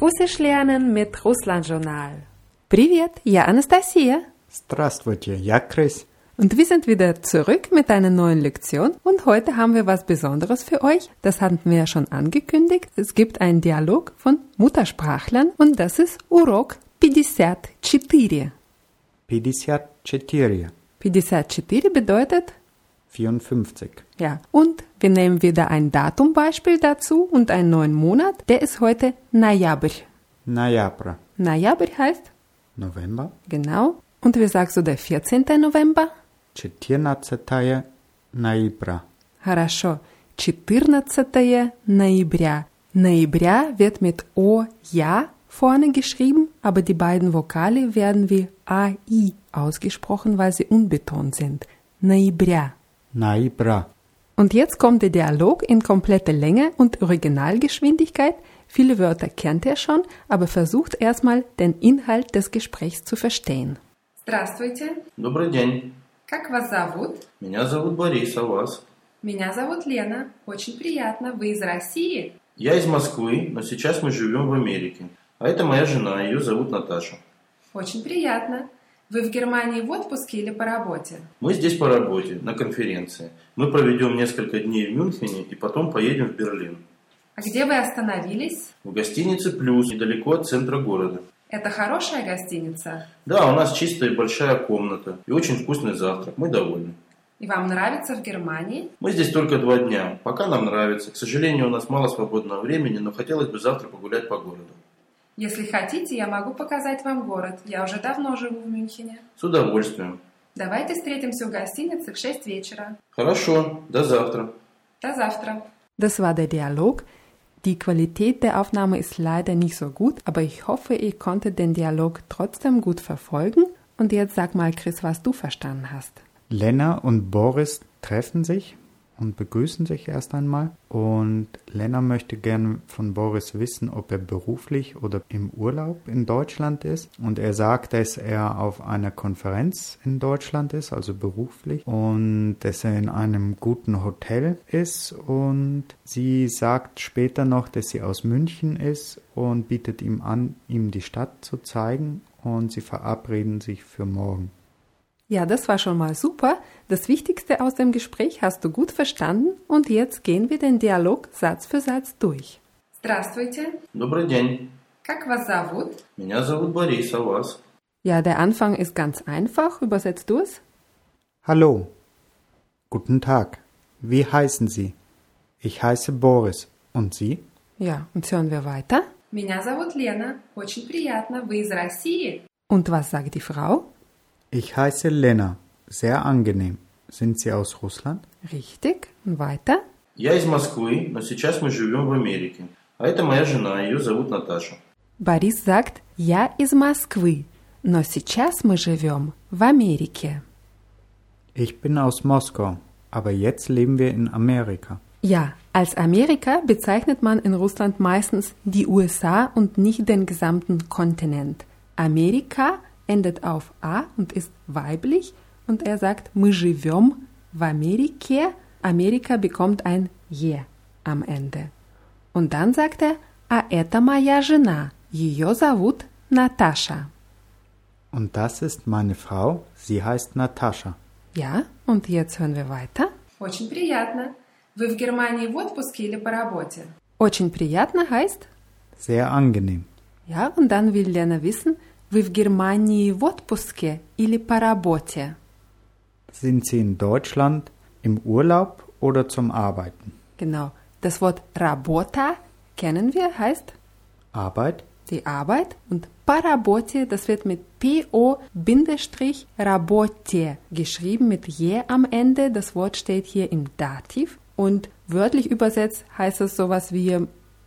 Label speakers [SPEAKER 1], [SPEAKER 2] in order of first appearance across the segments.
[SPEAKER 1] Russisch lernen mit Russland Journal. Привет, я Анастасия.
[SPEAKER 2] Здравствуйте, я Крис.
[SPEAKER 1] Und wir sind wieder zurück mit einer neuen Lektion und heute haben wir was Besonderes für euch. Das hatten wir ja schon angekündigt. Es gibt einen Dialog von Muttersprachlern und das ist Urok 54.
[SPEAKER 2] 54,
[SPEAKER 1] 54 bedeutet
[SPEAKER 2] 54.
[SPEAKER 1] ja. Und wir nehmen wieder ein Datumbeispiel dazu und einen neuen Monat. Der ist heute Najabr.
[SPEAKER 2] Ноябрь,
[SPEAKER 1] Najabr heißt
[SPEAKER 2] November,
[SPEAKER 1] genau. Und wie sagst du der 14. November?
[SPEAKER 2] 14 ноября.
[SPEAKER 1] Хорошо. 14 ноября. Ноября wird mit O ja vorne geschrieben, aber die beiden Vokale werden wie AI ausgesprochen, weil sie unbetont sind. Ноября.
[SPEAKER 2] Ноября,
[SPEAKER 1] Und jetzt kommt der Dialog in komplette Länge und Originalgeschwindigkeit. Viele Wörter kennt ihr schon, aber versucht erstmal den Inhalt des Gesprächs zu verstehen. Здравствуйте.
[SPEAKER 3] Добрый день.
[SPEAKER 1] Как вас зовут?
[SPEAKER 3] Меня зовут Борис, а вас?
[SPEAKER 1] Меня зовут Лена. Очень приятно. Вы из России?
[SPEAKER 3] Я из Москвы, но сейчас мы живем в Америке. А это моя жена, ее зовут Наташа.
[SPEAKER 1] Очень приятно. Вы в Германии в отпуске или по работе?
[SPEAKER 3] Мы здесь по работе, на конференции. Мы проведем несколько дней в Мюнхене и потом поедем в Берлин.
[SPEAKER 1] А где вы остановились?
[SPEAKER 3] В гостинице «Плюс», недалеко от центра города.
[SPEAKER 1] Это хорошая гостиница?
[SPEAKER 3] Да, у нас чистая и большая комната и очень вкусный завтрак, мы довольны.
[SPEAKER 1] И вам нравится в Германии?
[SPEAKER 3] Мы здесь только два дня, пока нам нравится. К сожалению, у нас мало свободного времени, но хотелось бы завтра погулять по городу.
[SPEAKER 1] Если хотите, я могу показать вам город. Я уже давно живу в Мюнхене.
[SPEAKER 3] С удовольствием.
[SPEAKER 1] Давайте встретимся у гостиницы в 6 вечера.
[SPEAKER 3] Хорошо, до завтра.
[SPEAKER 1] До завтра. Das war der Dialog. Die Qualität der Aufnahme ist leider nicht so gut, aber ich hoffe, ihr konntet den Dialog trotzdem gut verfolgen. Und jetzt sag mal, Chris, was du verstanden hast.
[SPEAKER 2] Lena und Boris treffen sich und begrüßen sich erst einmal. Und Lena möchte gern von Boris wissen, ob er beruflich oder im Urlaub in Deutschland ist. Und er sagt, dass er auf einer Konferenz in Deutschland ist, also beruflich, und dass er in einem guten Hotel ist. Und sie sagt später noch, dass sie aus München ist und bietet ihm an, ihm die Stadt zu zeigen. Und sie verabreden sich für morgen.
[SPEAKER 1] Ja, das war schon mal super. Das Wichtigste aus dem Gespräch hast du gut verstanden und jetzt gehen wir den Dialog Satz für Satz durch. Здравствуйте.
[SPEAKER 3] Добрый день.
[SPEAKER 1] Как вас зовут?
[SPEAKER 3] Меня зовут Борис, а вас?
[SPEAKER 1] Ja, der Anfang ist ganz einfach. Übersetzt du es?
[SPEAKER 2] Hallo. Guten Tag. Wie heißen Sie? Ich heiße Boris. Und Sie?
[SPEAKER 1] Ja, und hören wir weiter.
[SPEAKER 4] Меня зовут Лена. Очень приятно. Вы из России?
[SPEAKER 1] Und was sagt die Frau?
[SPEAKER 2] Ich heiße Lena. Sehr angenehm. Sind Sie aus Russland?
[SPEAKER 1] Richtig. Und weiter?
[SPEAKER 3] Я из Москвы, но сейчас мы живем в Америке. А это моя жена, ее зовут Наташа.
[SPEAKER 1] Борис sagt, я из Москвы, но сейчас мы живем в Америке.
[SPEAKER 2] Ich bin aus Moskau, aber jetzt leben wir in Amerika.
[SPEAKER 1] Ja, als Amerika bezeichnet man in Russland meistens die USA und nicht den gesamten Kontinent. Amerika endet auf A und ist weiblich und er sagt, мы живем в Америке. Amerika bekommt ein je am Ende. Und dann sagt er, а это моя жена. Ее зовут Наташа.
[SPEAKER 2] Und das ist meine Frau. Sie heißt Natascha.
[SPEAKER 1] Ja, und jetzt hören wir weiter.
[SPEAKER 4] Очень приятно. Вы в Германии в отпуске или по работе?
[SPEAKER 1] Очень приятно heißt,
[SPEAKER 2] Sehr angenehm.
[SPEAKER 1] Ja, und dann will Lena wissen, вы в Германии в отпуске или по работе?
[SPEAKER 2] Sind Sie in Deutschland im Urlaub oder zum Arbeiten?
[SPEAKER 1] Genau. Das Wort работа kennen wir, heißt
[SPEAKER 2] Arbeit?
[SPEAKER 1] die Arbeit und по работе, das wird mit PO Bindestrich работе geschrieben mit je am Ende. Das Wort steht hier im Dativ und wörtlich übersetzt heißt es sowas wie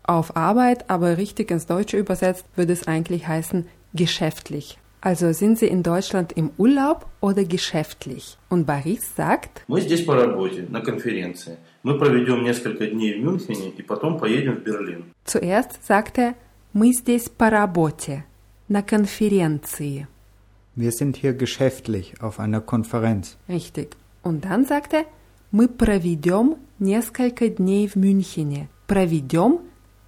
[SPEAKER 1] auf Arbeit, aber richtig ins Deutsche übersetzt würde es eigentlich heißen geschäftlich. Also sind Sie in Deutschland im Urlaub oder geschäftlich? Und Baris sagt,
[SPEAKER 3] Мы здесь по работе, на конференции. Мы проведем несколько дней в Мюнхене и потом поедем в Берлин.
[SPEAKER 1] Zuerst sagt er, мы здесь по работе, на конференции.
[SPEAKER 2] Wir sind hier geschäftlich auf einer Konferenz.
[SPEAKER 1] Richtig. Und dann sagt er, мы проведем несколько дней в Мюнхене. Проведем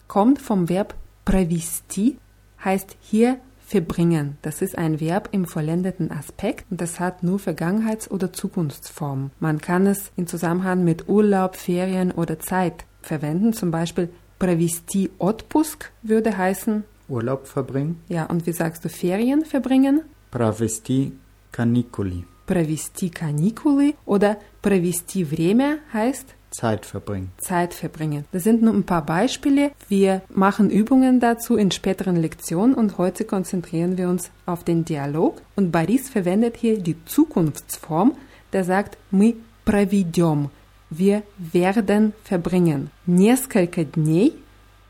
[SPEAKER 1] kommt vom Verb провести heißt hier verbringen. Das ist ein Verb im vollendeten Aspekt und das hat nur Vergangenheits- oder Zukunftsform. Man kann es in Zusammenhang mit Urlaub, Ferien oder Zeit verwenden. Zum Beispiel провести отпуск würde heißen,
[SPEAKER 2] Urlaub verbringen.
[SPEAKER 1] ja, und wie sagst du Ferien verbringen?
[SPEAKER 2] Pravesti caniculi.
[SPEAKER 1] Провести каникулы oder провести время heißt
[SPEAKER 2] Zeit verbringen.
[SPEAKER 1] Zeit verbringen. Das sind nur ein paar Beispiele. Wir machen Übungen dazu in späteren Lektionen und heute konzentrieren wir uns auf den Dialog. Und Boris verwendet hier die Zukunftsform, der sagt «мы проведем», wir werden verbringen. Несколько дней,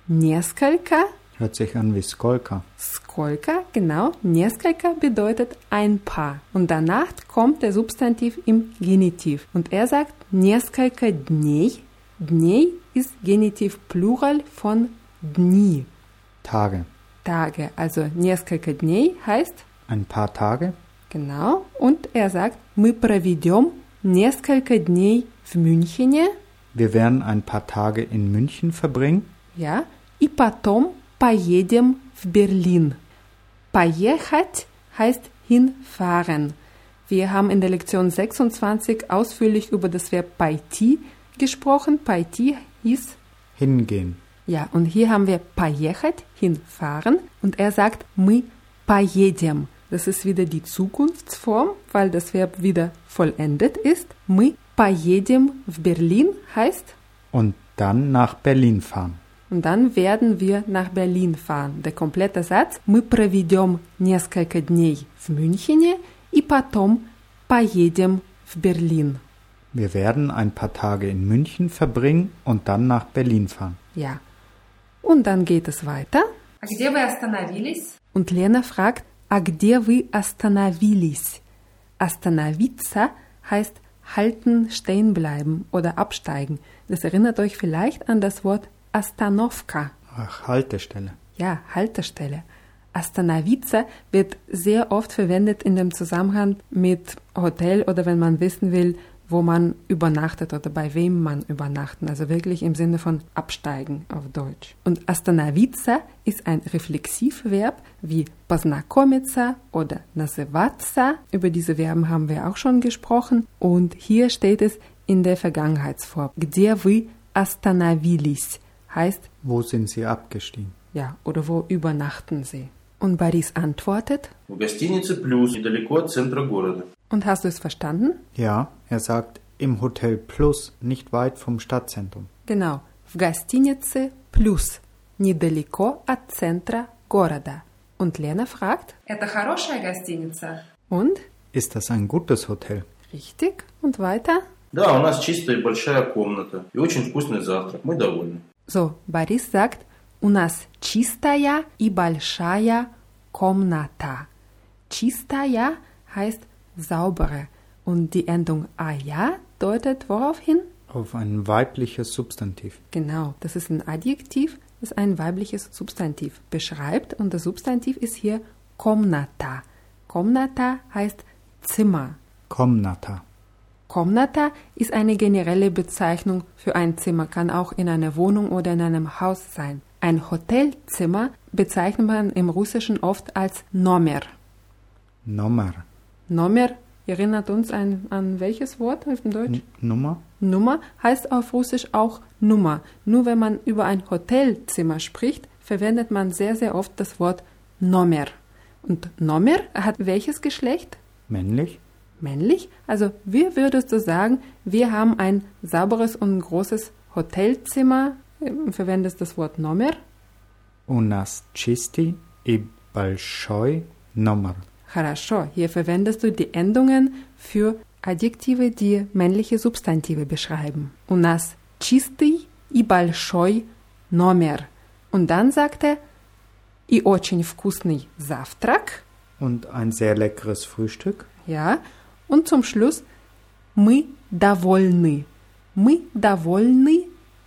[SPEAKER 1] несколько,
[SPEAKER 2] Hört sich an wie Skolka.
[SPEAKER 1] сколько, genau, несколько bedeutet ein paar. Und danach kommt der Substantiv im Genitiv. Und er sagt несколько дней. Дней ist Genitiv Plural von дни,
[SPEAKER 2] Tage.
[SPEAKER 1] Tage. Also несколько дней heißt
[SPEAKER 2] Ein paar Tage.
[SPEAKER 1] genau. Und er sagt, мы проведем несколько дней в Мюнхене.
[SPEAKER 2] Wir werden ein paar Tage in München verbringen.
[SPEAKER 1] Ja, и потом поедем в Берлин. Поехать heißt hinfahren. Wir haben in der Lektion 26 ausführlich über das Verb пойти gesprochen. Пойти hieß
[SPEAKER 2] Hingehen.
[SPEAKER 1] ja, und hier haben wir поехать, hinfahren. Und er sagt, мы поедем. Das ist wieder die Zukunftsform, weil das Verb wieder vollendet ist. Мы поедем в Берлин heißt
[SPEAKER 2] Und dann nach Berlin fahren.
[SPEAKER 1] Und dann werden wir nach Berlin fahren. Der komplette Satz. Мы проведем несколько дней в Мюнхене и потом поедем в Берлин.
[SPEAKER 2] Wir werden ein paar Tage in München verbringen und dann nach Berlin fahren.
[SPEAKER 1] Ja. Und dann geht es weiter.
[SPEAKER 4] А где вы остановились?
[SPEAKER 1] Und Lena fragt, а где вы остановились? Остановиться heißt halten, stehen bleiben oder absteigen. Das erinnert euch vielleicht an das Wort Остановка.
[SPEAKER 2] Ach, Haltestelle.
[SPEAKER 1] Ja, Haltestelle. Остановиться wird sehr oft verwendet in dem Zusammenhang mit Hotel oder wenn man wissen will, wo man übernachtet oder bei wem man übernachten. Also wirklich im Sinne von absteigen auf Deutsch. Und остановиться ist ein Reflexivverb wie познакомиться oder называться. Über diese Verben haben wir auch schon gesprochen. Und hier steht es in der Vergangenheitsform. Где вы остановились? Heißt,
[SPEAKER 2] Wo sind Sie abgestiegen?
[SPEAKER 1] ja, oder wo übernachten sie? Und Boris antwortet,
[SPEAKER 3] В гостинице «Плюс» недалеко от центра города.
[SPEAKER 1] und hast du es verstanden?
[SPEAKER 2] Ja, er sagt, im Hotel Plus, nicht weit vom Stadtzentrum.
[SPEAKER 1] Genau, в гостинице «Плюс», недалеко от центра города. Und Lena fragt,
[SPEAKER 4] Это хорошая гостиница?
[SPEAKER 1] und?
[SPEAKER 2] Ist das ein gutes Hotel?
[SPEAKER 1] Richtig, und weiter?
[SPEAKER 3] Да, у нас чистая и большая комната. И очень вкусный завтрак. Мы довольны.
[SPEAKER 1] So, Boris sagt, у нас чистая и большая комната. Чистая heißt saubere und die Endung «ая» deutet worauf hin?
[SPEAKER 2] Auf ein weibliches Substantiv.
[SPEAKER 1] Genau, das ist ein Adjektiv, das ein weibliches Substantiv beschreibt und das Substantiv ist hier Komnata. Komnata heißt Zimmer.
[SPEAKER 2] Komnata.
[SPEAKER 1] Komnata ist eine generelle Bezeichnung für ein Zimmer, kann auch in einer Wohnung oder in einem Haus sein. Ein Hotelzimmer bezeichnet man im Russischen oft als Nomer.
[SPEAKER 2] Nummer.
[SPEAKER 1] Nomer erinnert uns an, an welches Wort auf dem Deutsch?
[SPEAKER 2] Nummer?
[SPEAKER 1] Nummer heißt auf Russisch auch Nummer. Nur wenn man über ein Hotelzimmer spricht, verwendet man sehr, sehr oft das Wort Nomer. Und Nomer hat welches Geschlecht?
[SPEAKER 2] Männlich?
[SPEAKER 1] Männlich? Also, wie würdest du sagen, wir haben ein sauberes und großes Hotelzimmer? Ähm, Verwendest das Wort Nomer?
[SPEAKER 2] У нас чистый и большой номер.
[SPEAKER 1] Хорошо, hier verwendest du die Endungen für Adjektive, die männliche Substantive beschreiben. У нас чистый и большой номер. Und dann sagt er, и очень вкусный завтрак.
[SPEAKER 2] Und ein sehr leckeres Frühstück.
[SPEAKER 1] Ja. Und zum Schluss, мы довольны. Мы довольны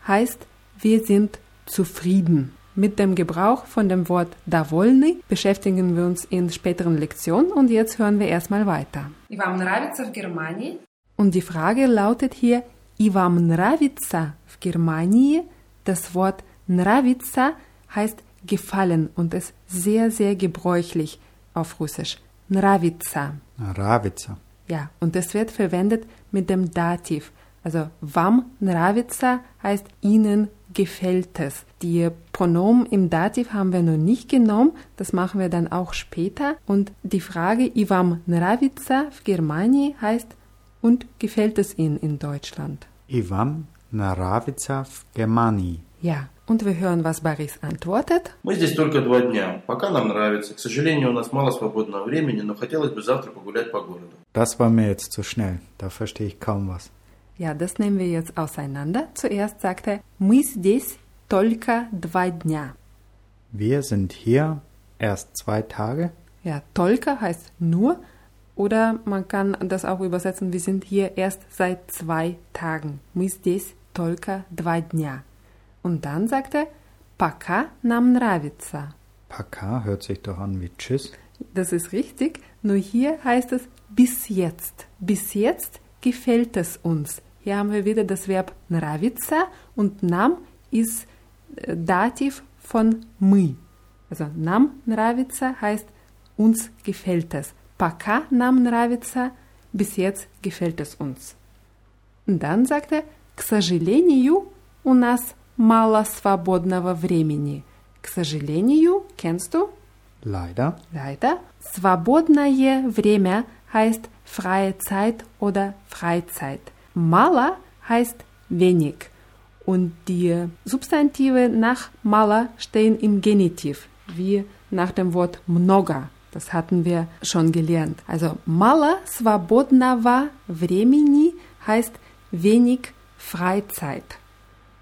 [SPEAKER 1] heißt, wir sind zufrieden. Mit dem Gebrauch von dem Wort довольны beschäftigen wir uns in späteren Lektionen und jetzt hören wir erstmal weiter.
[SPEAKER 4] И вам нравится в Германии?
[SPEAKER 1] Und die Frage lautet hier, и вам нравится в Германии? Das Wort нравится heißt gefallen und ist sehr, sehr gebräuchlich auf Russisch. Nravitsa.
[SPEAKER 2] Равится.
[SPEAKER 1] Ja, und es wird verwendet mit dem Dativ. Also вам нравится heißt Ihnen gefällt es. Die Pronomen im Dativ haben wir noch nicht genommen, das machen wir dann auch später. Und die Frage «И вам нравится в Germany heißt und gefällt es Ihnen in Deutschland?
[SPEAKER 2] И вам нравится в Германии.
[SPEAKER 1] Ja, und wir hören, was Boris antwortet.
[SPEAKER 3] Мы здесь только два дня. Пока нам нравится. К сожалению, у нас мало свободного времени, но хотелось бы завтра погулять по городу.
[SPEAKER 2] Das war mir jetzt zu schnell. Da verstehe ich kaum was.
[SPEAKER 1] Ja, das nehmen wir jetzt auseinander. Zuerst sagt er «Мы здесь только два дня».
[SPEAKER 2] Wir sind hier erst zwei Tage.
[SPEAKER 1] Ja, только heißt nur oder man kann das auch übersetzen, wir sind hier erst seit zwei Tagen. Мы здесь только два дня. Und dann sagt er «Пока нам нравится».
[SPEAKER 2] Paka hört sich doch an wie Tschüss.
[SPEAKER 1] Das ist richtig, nur hier heißt es «bis jetzt». Bis jetzt gefällt es uns. Hier haben wir wieder das Verb «нравится» und «нам» ist äh, Dativ von «мы». Also «нам нравится» heißt «uns gefällt es». «Пока нам нравится» «bis jetzt gefällt es uns». Und dann sagt er «к сожалению, у нас мало свободного времени». «К сожалению» kennst du?
[SPEAKER 2] Leider.
[SPEAKER 1] Leider. Свободное время heißt freie Zeit oder Freizeit. Mala heißt wenig. Und die Substantive nach Mala stehen im Genitiv, wie nach dem Wort много. Das hatten wir schon gelernt. Also мало свободного времени heißt wenig Freizeit.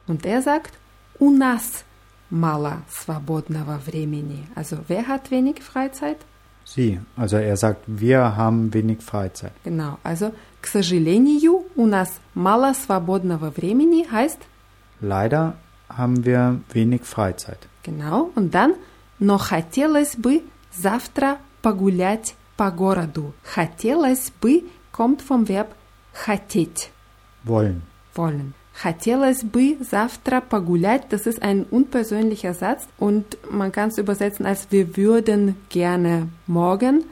[SPEAKER 1] Und er sagt, у нас мало свободного времени. Also wer hat wenig Freizeit?
[SPEAKER 2] Sie. Also er sagt, wir haben wenig Freizeit.
[SPEAKER 1] Genau, also к сожалению, у нас мало свободного времени heißt
[SPEAKER 2] Leider haben wir wenig Freizeit.
[SPEAKER 1] genau und dann но хотелось бы завтра погулять по городу. Хотелось бы kommt vom Verb хотеть.
[SPEAKER 2] Wollen.
[SPEAKER 1] wollen. Хотелось бы завтра погулять. Das ist ein unpersönlicher Satz und man kann es übersetzen als wir würden gerne morgen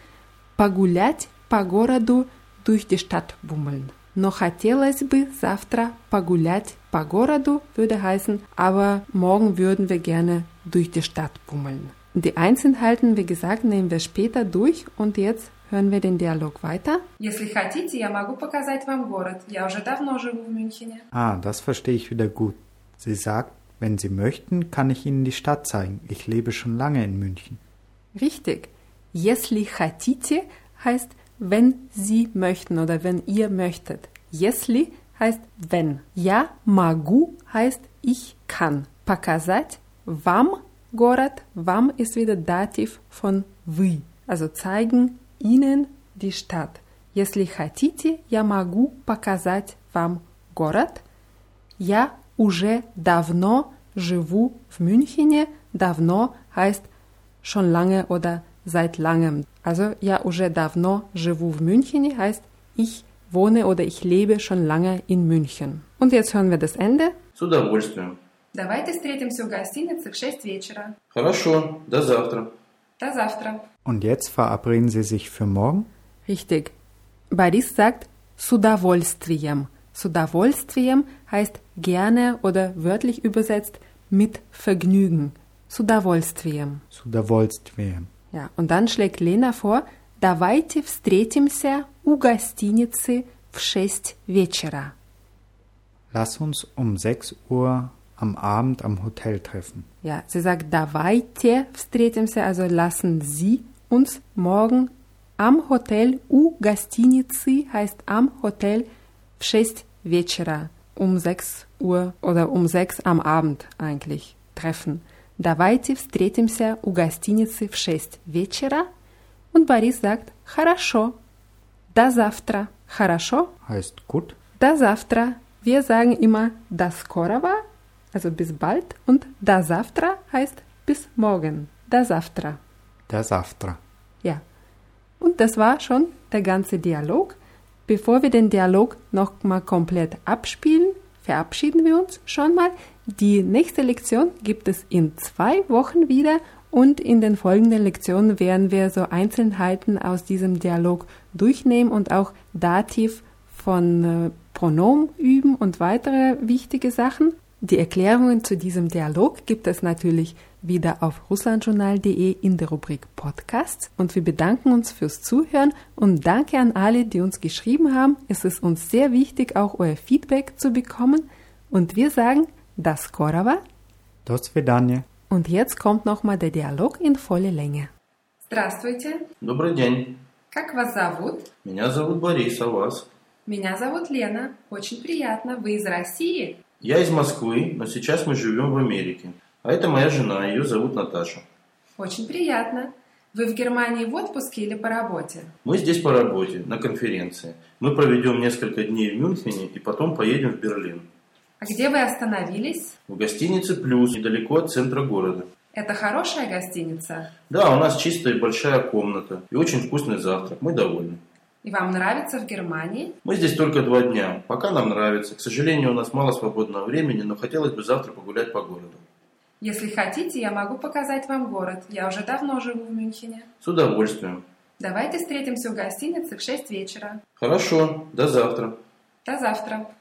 [SPEAKER 1] погулять по городу durch die Stadt bummeln. Но хотелось бы завтра погулять по городу würde heißen, aber morgen würden wir gerne durch die Stadt bummeln. Die Einzelheiten, wie gesagt, nehmen wir später durch und jetzt hören wir den Dialog weiter.
[SPEAKER 4] Если хотите, я могу показать вам город. Я уже давно живу в Мюнхене.
[SPEAKER 2] Ah, das verstehe ich wieder gut. Sie sagt, wenn Sie möchten, kann ich Ihnen die Stadt zeigen. Ich lebe schon lange in München.
[SPEAKER 1] Richtig. Если хотите heißt, wenn Sie möchten oder wenn ihr möchtet. Если heißt wenn. Я могу heißt ich kann. Показать вам город. Вам ist wieder Dativ von вы. Also zeigen Ihnen die Stadt. Если хотите, я могу показать вам город. Я уже давно живу в Мюнхене. Давно heißt schon lange oder seit langem. Also я уже давно живу в Мюнхене heißt ich wohne oder ich lebe schon lange in München. Und jetzt hören wir das Ende.
[SPEAKER 3] С удовольствием.
[SPEAKER 4] Давайте встретимся у гостиницы в 6 вечера.
[SPEAKER 3] Хорошо, до завтра.
[SPEAKER 4] До завтра.
[SPEAKER 2] Und jetzt verabreden Sie sich für morgen?
[SPEAKER 1] Richtig. Boris sagt с удовольствием. С удовольствием heißt gerne oder wörtlich übersetzt mit Vergnügen. С удовольствием.
[SPEAKER 2] С удовольствием.
[SPEAKER 1] Ja, und dann schlägt Lena vor, давайте встретимся у гостиницы в 6 вечера.
[SPEAKER 2] Lass uns um 6 Uhr am Abend am Hotel treffen.
[SPEAKER 1] Ja, sie sagt, давайте встретимся, also lassen Sie uns morgen am Hotel у гостиницы, heißt am Hotel в 6 вечера, um 6 Uhr oder um 6 am Abend eigentlich treffen. Давайте встретимся у гостиницы в 6 вечера. Und Борис sagt, хорошо, до завтра, хорошо,
[SPEAKER 2] Heißt gut.
[SPEAKER 1] до завтра. Wir sagen immer до скорого, also bis bald, und до завтра heißt bis morgen. До завтра.
[SPEAKER 2] Der Saftra.
[SPEAKER 1] Ja. Und das war schon der ganze Dialog. Bevor wir den Dialog nochmal komplett abspielen, verabschieden wir uns schon mal. Die nächste Lektion gibt es in zwei Wochen wieder und in den folgenden Lektionen werden wir so Einzelheiten aus diesem Dialog durchnehmen und auch Dativ von äh, Pronomen üben und weitere wichtige Sachen. Die Erklärungen zu diesem Dialog gibt es natürlich wieder auf russlandjournal.de in der Rubrik Podcasts und wir bedanken uns fürs Zuhören und danke an alle, die uns geschrieben haben. Es ist uns sehr wichtig, auch euer Feedback zu bekommen und wir sagen, das Korava
[SPEAKER 2] До свидания.
[SPEAKER 1] und jetzt kommt nochmal der Dialog in volle Länge.
[SPEAKER 4] Здравствуйте.
[SPEAKER 3] Добрый день.
[SPEAKER 4] Как вас зовут?
[SPEAKER 3] Меня зовут Борис, а вас?
[SPEAKER 4] Меня зовут Лена. Очень приятно. Вы из России?
[SPEAKER 3] Я из Москвы, но сейчас мы живем в Америке. А это моя жена, ее зовут Наташа.
[SPEAKER 4] Очень приятно. Вы в Германии в отпуске или по работе?
[SPEAKER 3] Мы здесь по работе, на конференции. Мы проведем несколько дней в Мюнхене и потом поедем в Берлин.
[SPEAKER 4] А где вы остановились?
[SPEAKER 3] В гостинице «Плюс», недалеко от центра города.
[SPEAKER 4] Это хорошая гостиница?
[SPEAKER 3] Да, у нас чистая и большая комната и очень вкусный завтрак. Мы довольны.
[SPEAKER 4] И вам нравится в Германии?
[SPEAKER 3] Мы здесь только два дня. Пока нам нравится. К сожалению, у нас мало свободного времени, но хотелось бы завтра погулять по городу.
[SPEAKER 4] Если хотите, я могу показать вам город. Я уже давно живу в Мюнхене.
[SPEAKER 3] С удовольствием.
[SPEAKER 4] Давайте встретимся у гостиницы в 6 вечера.
[SPEAKER 3] Хорошо, до завтра.
[SPEAKER 4] До завтра.